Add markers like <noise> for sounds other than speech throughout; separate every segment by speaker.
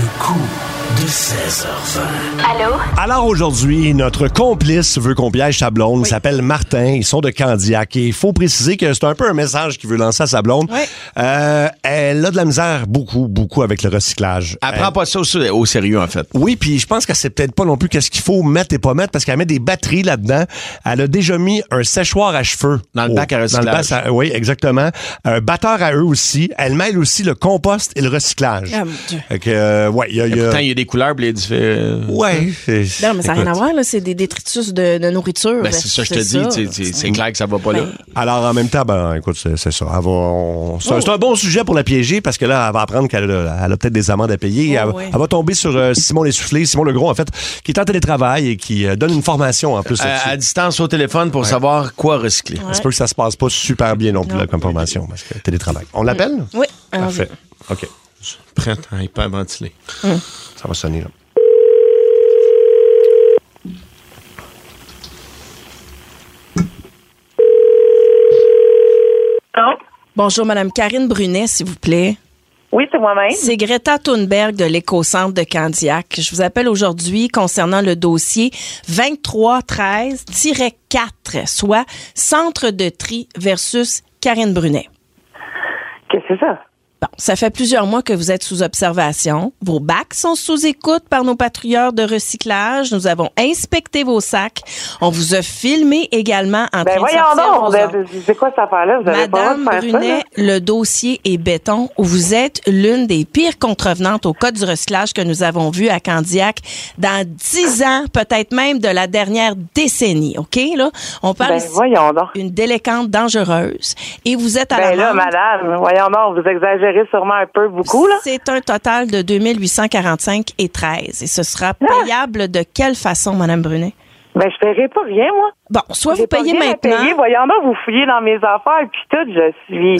Speaker 1: Le coup de 16h20.
Speaker 2: Allô?
Speaker 3: Alors aujourd'hui, notre complice veut qu'on piège sa blonde. Il s'appelle Martin. Ils sont de Candiac. Et il faut préciser que c'est un peu un message qu'il veut lancer à sa blonde.
Speaker 4: Oui.
Speaker 3: Euh, elle a de la misère beaucoup, beaucoup avec le recyclage.
Speaker 5: Elle
Speaker 3: Elle-
Speaker 5: prend pas ça au, au sérieux, en fait.
Speaker 3: oui, puis je pense qu'elle sait peut-être pas non plus qu'est-ce qu'il faut mettre et pas mettre parce qu'elle met des batteries là-dedans. Elle a déjà mis un séchoir à cheveux.
Speaker 5: Dans le bac à
Speaker 3: Dans le
Speaker 5: recyclage.
Speaker 3: bac à- oui, exactement. Un batteur à eux aussi. Elle mêle aussi le compost et le recyclage.
Speaker 4: Ah, mon Dieu.
Speaker 3: Fait que, euh, ouais, il y a... il y a-
Speaker 5: Pourtant, il y a des couleurs, puis euh, il y a différents-
Speaker 3: Ouais. c'est-
Speaker 4: Non, mais ça n'a rien à
Speaker 3: écoute.
Speaker 4: voir, là. C'est des détritus de, de nourriture.
Speaker 5: Ben, c'est ça, je te dis. tu sais, c'est- C'est clair que ça va pas là.
Speaker 4: Ben,
Speaker 3: Alors, en même temps, ben, écoute, c'est c'est ça. Elle va- on-
Speaker 4: Oh.
Speaker 3: C'est un- c'est un bon sujet pour la piéger parce que là, elle va apprendre qu'elle a, elle a peut-être des amendes à payer.
Speaker 4: Oh,
Speaker 3: elle,
Speaker 4: ouais.
Speaker 3: elle va tomber sur euh, Simon Lessoufflé, Simon Legros, en fait, qui est en télétravail et qui euh, donne une formation en plus.
Speaker 5: À, à
Speaker 3: là-dessus.
Speaker 5: distance au téléphone pour savoir quoi recycler.
Speaker 3: Ça se peut que ça se passe pas super bien non plus,
Speaker 4: Non.
Speaker 3: là, comme formation, parce que télétravail. On l'appelle?
Speaker 4: Oui. allons-y.
Speaker 3: Parfait. OK.
Speaker 5: Prête à hyperventiler.
Speaker 3: Ça va sonner, là.
Speaker 6: Non.
Speaker 4: Bonjour, Madame Karine Brunet, s'il vous plaît.
Speaker 6: Oui, c'est moi-même.
Speaker 4: C'est Greta Thunberg de l'éco-centre de Candiac. Je vous appelle aujourd'hui concernant le dossier 2313-4, soit centre de tri versus Karine Brunet.
Speaker 6: Qu'est-ce que c'est ça?
Speaker 4: Bon, ça fait plusieurs mois que vous êtes sous observation. Vos bacs sont sous écoute par nos patrouilleurs de recyclage. Nous avons inspecté vos sacs. On vous a filmé également en train
Speaker 6: Ben
Speaker 4: de
Speaker 6: voyons
Speaker 4: sortir
Speaker 6: donc,
Speaker 4: vos
Speaker 6: vous êtes-
Speaker 4: ordres.
Speaker 6: c'est quoi cette affaire-là? Vous avez pas le
Speaker 4: Madame
Speaker 6: droit de faire ça?
Speaker 4: Brunet,
Speaker 6: là?
Speaker 4: le dossier est béton. Vous êtes l'une des pires contrevenantes au Code du recyclage que nous avons vu à Candiac dans dix ans, peut-être même de la dernière décennie. OK? Là, on parle
Speaker 6: Ben
Speaker 4: ici
Speaker 6: voyons donc.
Speaker 4: d'une déléquante dangereuse et vous êtes à
Speaker 6: Ben
Speaker 4: la
Speaker 6: là, madame, voyons donc, vous exagérez sûrement un peu beaucoup, là.
Speaker 4: c'est un total de 2845 et 13. Et ce sera
Speaker 6: Ah!
Speaker 4: payable de quelle façon, Madame Brunet?
Speaker 6: Ben je paierai pas rien, moi.
Speaker 4: Bon, soit vous
Speaker 6: J'ai pas
Speaker 4: payez
Speaker 6: rien à
Speaker 4: maintenant.
Speaker 6: payer. Voyons donc, vous fouillez dans mes affaires, puis tout, je suis...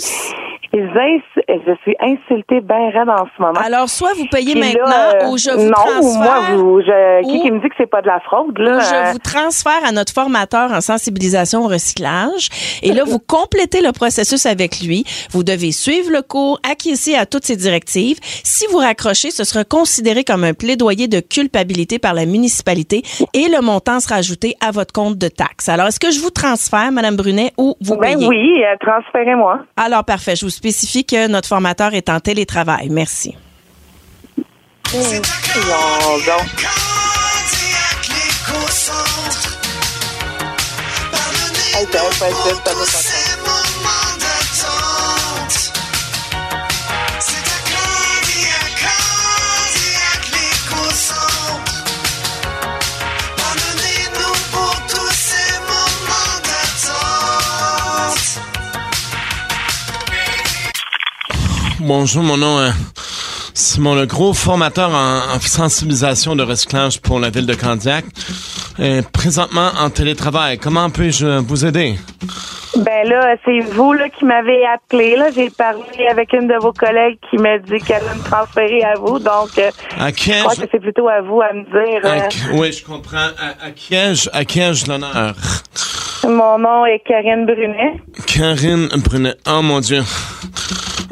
Speaker 6: ins- Je suis insultée ben raide en ce moment.
Speaker 4: Alors, soit vous payez
Speaker 6: Puis
Speaker 4: maintenant
Speaker 6: là, euh,
Speaker 4: ou je vous
Speaker 6: non, ou moi,
Speaker 4: transfère.
Speaker 6: vous, je, qui,
Speaker 4: ou-
Speaker 6: qui me dit que c'est pas de la fraude, là?
Speaker 4: Je
Speaker 6: euh,
Speaker 4: vous transfère à notre formateur en sensibilisation au recyclage. Et là, vous complétez le processus avec lui. Vous devez suivre le cours, acquiescer à toutes ses directives. Si vous raccrochez, ce sera considéré comme un plaidoyer de culpabilité par la municipalité et le montant sera ajouté à votre compte de taxes. Alors, est-ce que je vous transfère, Madame Brunet, ou vous
Speaker 6: Ben
Speaker 4: payez?
Speaker 6: oui, euh, transférez-moi.
Speaker 4: Alors, parfait. Je vous spécifie que notre formateur est en télétravail. Merci.
Speaker 6: Voyons donc. Hey, ça va pas être juste, ça va pas être-
Speaker 5: Bonjour, mon nom est Simon Legros, formateur en, en sensibilisation de recyclage pour la ville de Candiac. Et présentement en télétravail. Comment puis-je euh, vous aider?
Speaker 6: Ben là, c'est vous là, qui m'avez appelé. Là. J'ai parlé avec une de vos collègues qui m'a dit qu'elle allait me transférer à vous. Donc, euh,
Speaker 5: À qui
Speaker 6: je
Speaker 5: ai-je-
Speaker 6: crois que c'est plutôt à vous à me dire.
Speaker 5: à
Speaker 6: euh,
Speaker 5: qui- oui, je comprends. À, à qui ai-je à qui ai-je l'honneur?
Speaker 6: mon nom est Karine Brunet.
Speaker 5: Karine Brunet. Oh mon Dieu.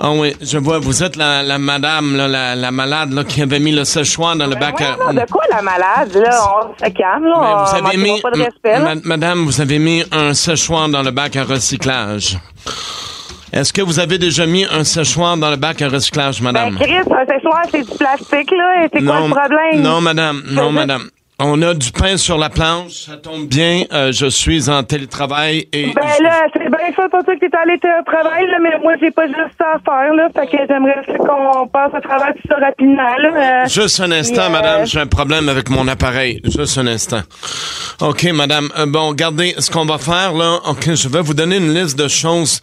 Speaker 5: Oh oui, je vois, vous êtes la, la madame, là, la, la malade là, qui avait mis le séchoir dans le
Speaker 6: Ben,
Speaker 5: bac à...
Speaker 6: voyons donc, de quoi la malade? Là, on se calme. Là,
Speaker 5: Mais
Speaker 6: on
Speaker 5: vous avez
Speaker 6: manquera
Speaker 5: mis,
Speaker 6: pas de respect. là.
Speaker 5: ma- madame, vous avez mis un séchoir dans le bac à recyclage. Est-ce que vous avez déjà mis un séchoir dans le bac à recyclage,
Speaker 6: Ben,
Speaker 5: madame?
Speaker 6: Chris, un séchoir, c'est du plastique. là. Et C'est quoi
Speaker 5: non,
Speaker 6: le problème?
Speaker 5: non,
Speaker 6: <laughs>
Speaker 5: madame, non, madame. On a du pain sur la planche, ça tombe bien. euh, je suis en télétravail et
Speaker 6: Ben là, c'est bien ça pour toi que t'es allé au travail, là, mais moi, j'ai pas juste ça à faire, là. Fait que j'aimerais ça qu'on passe au travail tout ça rapidement, là. Euh,
Speaker 5: Juste un instant,
Speaker 6: Euh,
Speaker 5: madame, j'ai un problème avec mon appareil. Juste un instant. OK, madame. Euh, bon, regardez ce qu'on va faire, là. OK, je vais vous donner une liste de choses.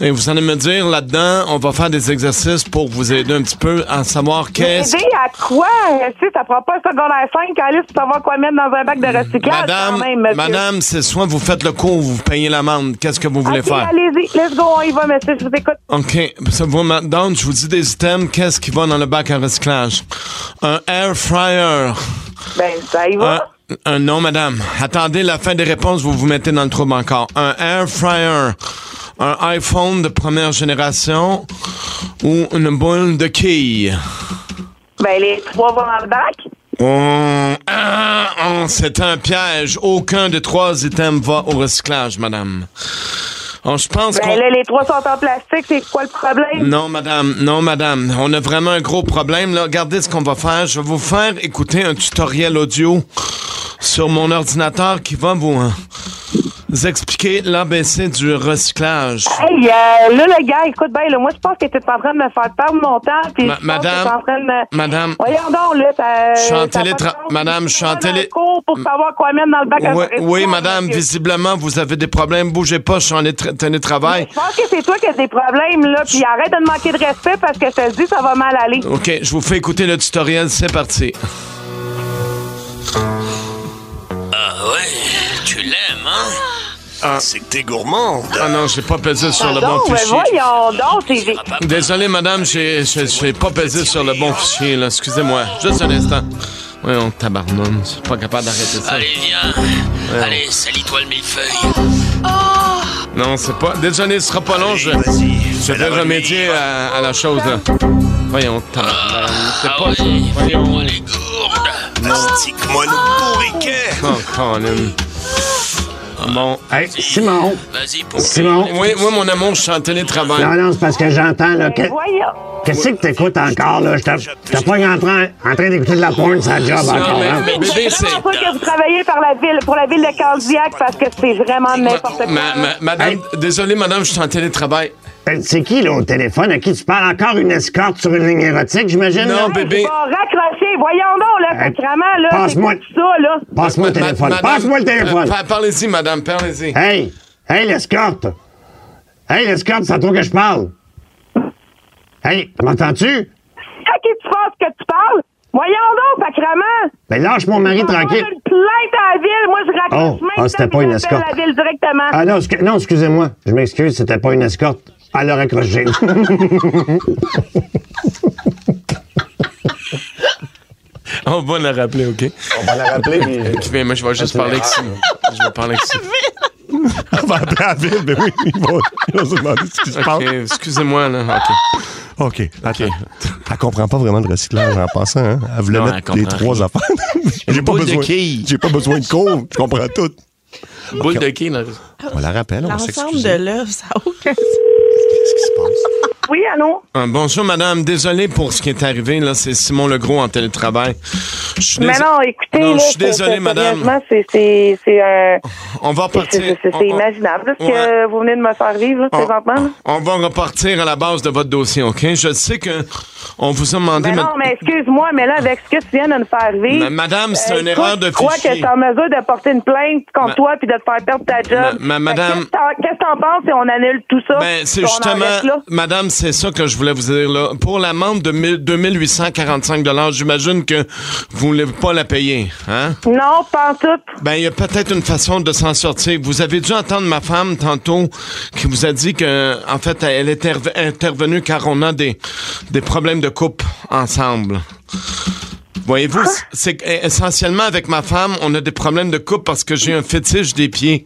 Speaker 5: Et vous allez me dire, là-dedans, on va faire des exercices pour vous aider un petit peu à savoir qu'est-ce...
Speaker 6: Aider à quoi? Euh, Tu sais, ça prend pas un secondaire 5, Alice, pour savoir quoi mettre dans un bac de recyclage.
Speaker 5: Madame,
Speaker 6: quand même, monsieur.
Speaker 5: madame, c'est soit vous faites le cours ou vous payez l'amende. Qu'est-ce que vous voulez
Speaker 6: Ok,
Speaker 5: faire?
Speaker 6: Allez-y, let's go, on y va, monsieur, je vous écoute.
Speaker 5: OK, ça vous madame, je vous dis des items. Qu'est-ce qui va dans le bac à recyclage? Un air fryer.
Speaker 6: Ben, ça y
Speaker 5: Un,
Speaker 6: va.
Speaker 5: un- non, madame. Attendez la fin des réponses, vous vous mettez dans le trouble encore. Un air fryer. un iPhone de première génération ou une boule de quille?
Speaker 6: Ben, les trois vont dans le bac. Ben,
Speaker 5: Oh, ah, oh, c'est un piège. Aucun des trois items va au recyclage, madame. Oh, je pense
Speaker 6: Ben,
Speaker 5: qu'on...
Speaker 6: là, les trois sont en plastique. C'est quoi le problème?
Speaker 5: Non, madame, non, madame. On a vraiment un gros problème. Là. Regardez ce qu'on va faire. Je vais vous faire écouter un tutoriel audio sur mon ordinateur qui va vous, hein, vous expliquer l'ABC du recyclage.
Speaker 6: Hey, euh, là, le gars, écoute bien, là, moi, je pense que t'es en train de me faire perdre mon temps. Puis
Speaker 5: Ma-
Speaker 6: je pense que
Speaker 5: madame,
Speaker 6: t'es en train de me-
Speaker 5: madame.
Speaker 6: Voyons donc, là, t'as.
Speaker 5: Je suis en
Speaker 6: t'as pas de
Speaker 5: télétra-
Speaker 6: chance.
Speaker 5: madame, je suis en
Speaker 6: Fais-moi
Speaker 5: télé-
Speaker 6: un cours pour savoir quoi mettre dans le bac à
Speaker 5: Oui,
Speaker 6: fraises.
Speaker 5: oui,
Speaker 6: Moi,
Speaker 5: madame,
Speaker 6: monsieur.
Speaker 5: visiblement, vous avez des problèmes. Bougez pas, je suis en étra- télétravail.
Speaker 6: Je pense que c'est toi qui as des problèmes, là. Puis arrête de me manquer de respect parce que je te le dis, ça va mal aller.
Speaker 5: OK, je vous fais écouter le tutoriel. C'est parti.
Speaker 1: Ah ouais, tu l'aimes, hein? C'est que t'es gourmand.
Speaker 5: Ah non, j'ai pas pesé sur le bon
Speaker 6: Donc, ben
Speaker 5: fichier.
Speaker 6: voyons donc, c'est- j'ai-
Speaker 5: Désolé, madame, j'ai j'ai- j'ai pas pesé sur le bon fichier, là. Excusez-moi. Juste un instant. Voyons, tabarnouche. Je suis pas capable d'arrêter ça.
Speaker 1: Allez, viens. Allez, salis-toi le millefeuille.
Speaker 5: Non, c'est pas. Désolé, ce sera pas long. Je,
Speaker 1: Vas-y,
Speaker 5: je
Speaker 1: fais la
Speaker 5: vais
Speaker 1: bonne
Speaker 5: remédier
Speaker 1: vie.
Speaker 5: à, à la chose, là. Voyons, tabarnouche. C'est
Speaker 1: Ah
Speaker 5: pas.
Speaker 1: ouais,
Speaker 5: Voyons.
Speaker 1: fais-moi les gourdes. Astique-moi le bourriquet.
Speaker 5: Oh, Colin. Bon.
Speaker 2: Hey, Simon,
Speaker 1: Vas-y, pour
Speaker 2: Simon.
Speaker 5: Oui, oui, mon amour, je suis en télétravail.
Speaker 2: Non, non, c'est parce que j'entends, là. que-
Speaker 6: voyons.
Speaker 2: Qu'est-ce que t'écoutes encore, là? Je te- je te pas en train, en train d'écouter de la pointe, ça job encore,
Speaker 5: Ah, mais-
Speaker 2: hein?
Speaker 5: mais- mais-
Speaker 6: C'est
Speaker 5: c'est-
Speaker 6: vraiment pas que vous travaillez par la ville, pour la ville de Candiac parce que c'est vraiment n'importe quoi.
Speaker 5: Ma- ma- madame,
Speaker 2: Hey.
Speaker 5: désolé, madame, je suis en télétravail.
Speaker 2: Hey, Ben, C'est qui, là, au téléphone? À qui tu parles? Encore une escorte sur une ligne érotique, j'imagine?
Speaker 5: Non,
Speaker 2: là?
Speaker 5: bébé.
Speaker 6: Hey, je vais raccrocher. Voyons donc, là,
Speaker 2: Hey,
Speaker 6: sacrément, là.
Speaker 2: passe-moi-
Speaker 6: c'est tout ça, là.
Speaker 2: Passe-moi le
Speaker 5: Ma-
Speaker 2: téléphone.
Speaker 5: madame, euh,
Speaker 2: Passe-moi le téléphone. Hein?
Speaker 5: pa- parlez-y, madame, parlez-y.
Speaker 2: Hey! Hey, l'escorte! Hey, l'escorte, c'est à toi que je parle! Hey, m'entends-tu?
Speaker 6: À qui tu penses que tu parles? Voyons donc, sacrément.
Speaker 2: Ben lâche mon mari tranquille.
Speaker 6: Une plainte à la ville. Moi, je raccroche
Speaker 2: Oh,
Speaker 6: même
Speaker 2: ah,
Speaker 6: temps
Speaker 2: c'était
Speaker 6: que
Speaker 2: pas une
Speaker 6: j'appelle
Speaker 2: escorte.
Speaker 6: la ville directement.
Speaker 2: Ah non, excu- non excusez-moi. Je m'excuse, c'était pas une escorte. Elle l'a raccroché.
Speaker 5: On va la rappeler, OK?
Speaker 2: On va la rappeler, mais...
Speaker 5: Mais moi, je vais juste
Speaker 2: c'est
Speaker 5: parler avec
Speaker 2: grave.
Speaker 5: Simon. Je vais parler avec Simon.
Speaker 3: <laughs> On va appeler la ville, mais oui, ils vont, ils vont se demander ce qui se passe.
Speaker 5: OK, Eh, excusez-moi, là. OK.
Speaker 3: OK, attends. Elle comprend pas vraiment le recyclage en passant. Hein? Elle voulait
Speaker 5: Non, elle
Speaker 3: mettre les
Speaker 5: comprend
Speaker 3: trois affaires. <laughs> J'ai pas,
Speaker 5: boule de
Speaker 3: besoin,
Speaker 5: quille.
Speaker 3: j'ai pas besoin de cours. Je comprends tout.
Speaker 5: Boule de qui, là?
Speaker 3: On la rappelle, on
Speaker 4: L'ensemble
Speaker 3: s'excuse.
Speaker 4: de l'œuvre, ça a aucun sens.
Speaker 3: Qu'est-ce qui se passe?
Speaker 6: Oui, allô?
Speaker 5: Ah, bonjour, madame. Désolé pour ce qui est arrivé, là. C'est Simon Legros en télétravail. Je suis
Speaker 6: Mais
Speaker 5: déso-
Speaker 6: non, écoutez,
Speaker 5: Non,
Speaker 6: là,
Speaker 5: je suis
Speaker 6: c'est-
Speaker 5: désolé,
Speaker 6: c'est-
Speaker 5: madame.
Speaker 6: sérieusement, c'est- C'est c'est euh, un...
Speaker 5: On va
Speaker 6: c'est-
Speaker 5: partir.
Speaker 6: C'est c'est-
Speaker 5: on-
Speaker 6: c'est
Speaker 5: on-
Speaker 6: imaginable là, ce
Speaker 5: Ouais.
Speaker 6: que vous venez de me faire vivre là, présentement. là.
Speaker 5: On va repartir à la base de votre dossier, OK? Je sais que on vous a demandé...
Speaker 6: Mais
Speaker 5: ma-
Speaker 6: non, mais excuse-moi, mais là, avec ce que tu viens de me faire vivre...
Speaker 5: Ma- madame, c'est
Speaker 6: euh,
Speaker 5: une
Speaker 6: écoute,
Speaker 5: erreur de
Speaker 6: Je crois que
Speaker 5: fichier.
Speaker 6: tu en mesure de porter une plainte contre
Speaker 5: Ma-
Speaker 6: toi puis de te faire perdre ta job.
Speaker 5: Ma- ma-
Speaker 6: Fait que
Speaker 5: madame-
Speaker 6: qu'est-ce que t'en- Qu'est-ce que t'en penses si on annule tout ça?
Speaker 5: Ben, c'est
Speaker 6: puis on en reste là?
Speaker 5: justement, madame, c'est ça que je voulais vous dire là. Pour l'amende de 2845 j'imagine que vous voulez pas la payer, hein?
Speaker 6: Non, pas en tout.
Speaker 5: Ben, il y a peut-être une façon de s'en sortir. Vous avez dû entendre ma femme tantôt qui vous a dit que, en fait, elle est interve- intervenue car on a des, des problèmes de couple ensemble. Voyez-vous, c'est que, eh, essentiellement avec ma femme, on a des problèmes de couple parce que j'ai un fétiche des pieds.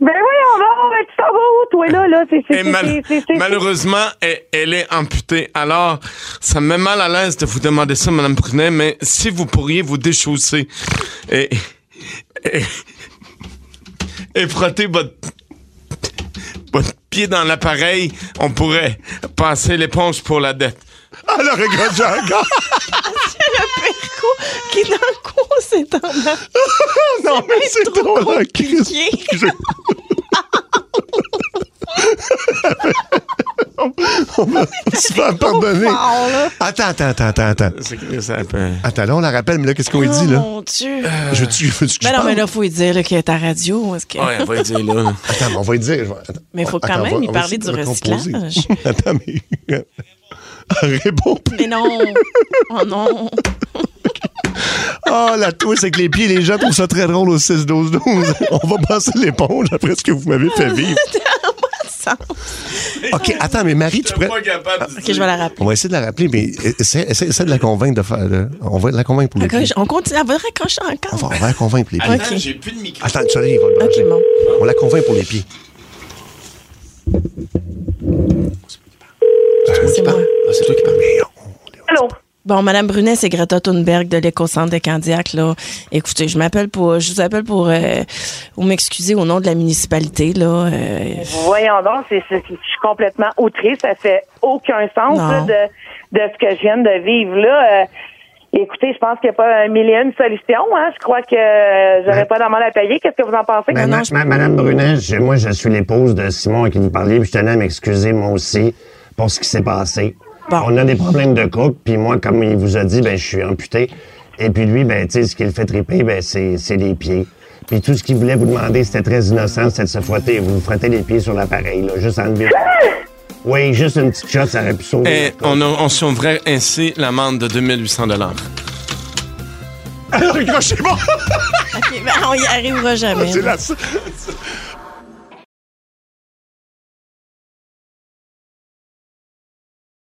Speaker 6: Ben voyons donc, mais tu t'en vas où, toi, là? là? C'est c'est-
Speaker 5: Et mal-
Speaker 6: c'est- c'est- c'est-
Speaker 5: malheureusement, elle, elle est amputée. Alors, ça me met mal à l'aise de vous demander ça, Madame Brunet, mais si vous pourriez vous déchausser et, et, et frotter votre, votre pied dans l'appareil, on pourrait passer l'éponge pour la dette.
Speaker 3: Elle a regretté
Speaker 4: <laughs>
Speaker 3: encore.
Speaker 4: Perco qui dans le coup c'est en
Speaker 3: Non, mais c'est drôle, hein, Chris.
Speaker 4: pied.
Speaker 3: <laughs> Tu vas pardonner.
Speaker 4: fort, là.
Speaker 3: Attends, attends, attends, attends, attends.
Speaker 5: C'est que ça peut-
Speaker 3: Attends, là, on la rappelle, mais là, qu'est-ce qu'on lui dit,
Speaker 4: Oh
Speaker 3: là?
Speaker 4: mon Dieu.
Speaker 3: Je veux-tu veux que je
Speaker 4: Mais Ben non,
Speaker 3: parle?
Speaker 4: mais là, faut lui dire là, qu'il est à radio. Est-ce que...
Speaker 5: Ouais, on va le dire là.
Speaker 3: Attends, mais on va lui dire. je vais- attends,
Speaker 4: Mais faut quand
Speaker 3: attends, on
Speaker 4: même
Speaker 3: va-
Speaker 4: lui
Speaker 3: on va
Speaker 4: parler
Speaker 3: essayer de
Speaker 4: du
Speaker 3: recomposer.
Speaker 4: recyclage.
Speaker 3: <laughs> Attends, mais... Ah, Réponds plus.
Speaker 4: Mais non. Oh non.
Speaker 3: Ah, la touche avec les pieds, les gens trouvent ça très drôle au 6-12-12. On va passer l'éponge après ce que vous m'avez fait vivre.
Speaker 4: sens.
Speaker 3: OK, attends, mais Marie, tu pourrais.
Speaker 4: OK, je vais la rappeler.
Speaker 3: On va essayer de la rappeler, mais essaie, essaie- essaie de la convaincre de faire. de- On va la convaincre pour le
Speaker 4: Raccroche-
Speaker 3: prix.
Speaker 4: On continue, on va raccrocher encore.
Speaker 3: On va, on va la convaincre pour les pieds.
Speaker 4: Attends,
Speaker 5: Attends, Ah, j'ai plus de micro.
Speaker 3: Attends, le soleil, il va le
Speaker 4: OK,
Speaker 3: brancher.
Speaker 4: bon.
Speaker 3: On la convainc pour les pieds.
Speaker 4: C'est moi.
Speaker 5: c'est toi qui parles.
Speaker 3: Mais on-
Speaker 6: Allô?
Speaker 4: Bon, Madame Brunet, c'est Greta Thunberg de l'éco-centre de Candiac. Là. Écoutez, je m'appelle pour, je vous appelle pour euh, vous m'excuser au nom de la municipalité. Là, euh,
Speaker 6: Voyons donc, c'est, c'est- je suis complètement outrée. Ça fait aucun sens
Speaker 4: Non.
Speaker 6: là, de, de ce que je viens de vivre là. Euh, écoutez, je pense qu'il n'y a pas un million de solutions. Hein. Je crois que euh, j'aurais
Speaker 2: Ben-
Speaker 6: pas d'amende à payer. Qu'est-ce que vous en pensez?
Speaker 2: Ben,
Speaker 4: non,
Speaker 2: ma-
Speaker 4: je-
Speaker 2: ma- Madame Brunet, je- moi, je suis l'épouse de Simon à qui vous parliez, puis je tenais à m'excuser, moi aussi, pour ce qui s'est passé.
Speaker 4: Bon.
Speaker 2: On a des problèmes de couple, puis moi, comme il vous a dit, ben, je suis amputé. Et puis lui, ben, tu sais, ce qui le fait triper, ben, c'est c'est les pieds. Puis tout ce qu'il voulait vous demander, c'était très innocent, c'était de se frotter. Vous vous frottez les pieds sur l'appareil, là, juste enlever.
Speaker 4: Ah!
Speaker 2: Oui, juste une petite shot, ça aurait pu
Speaker 5: Et
Speaker 2: sauver.
Speaker 5: Eh, on, a- on sauverait ainsi l'amende de 2800
Speaker 3: Raccrochez-moi!
Speaker 4: OK, ben, on y arrivera jamais.
Speaker 3: C'est la seule-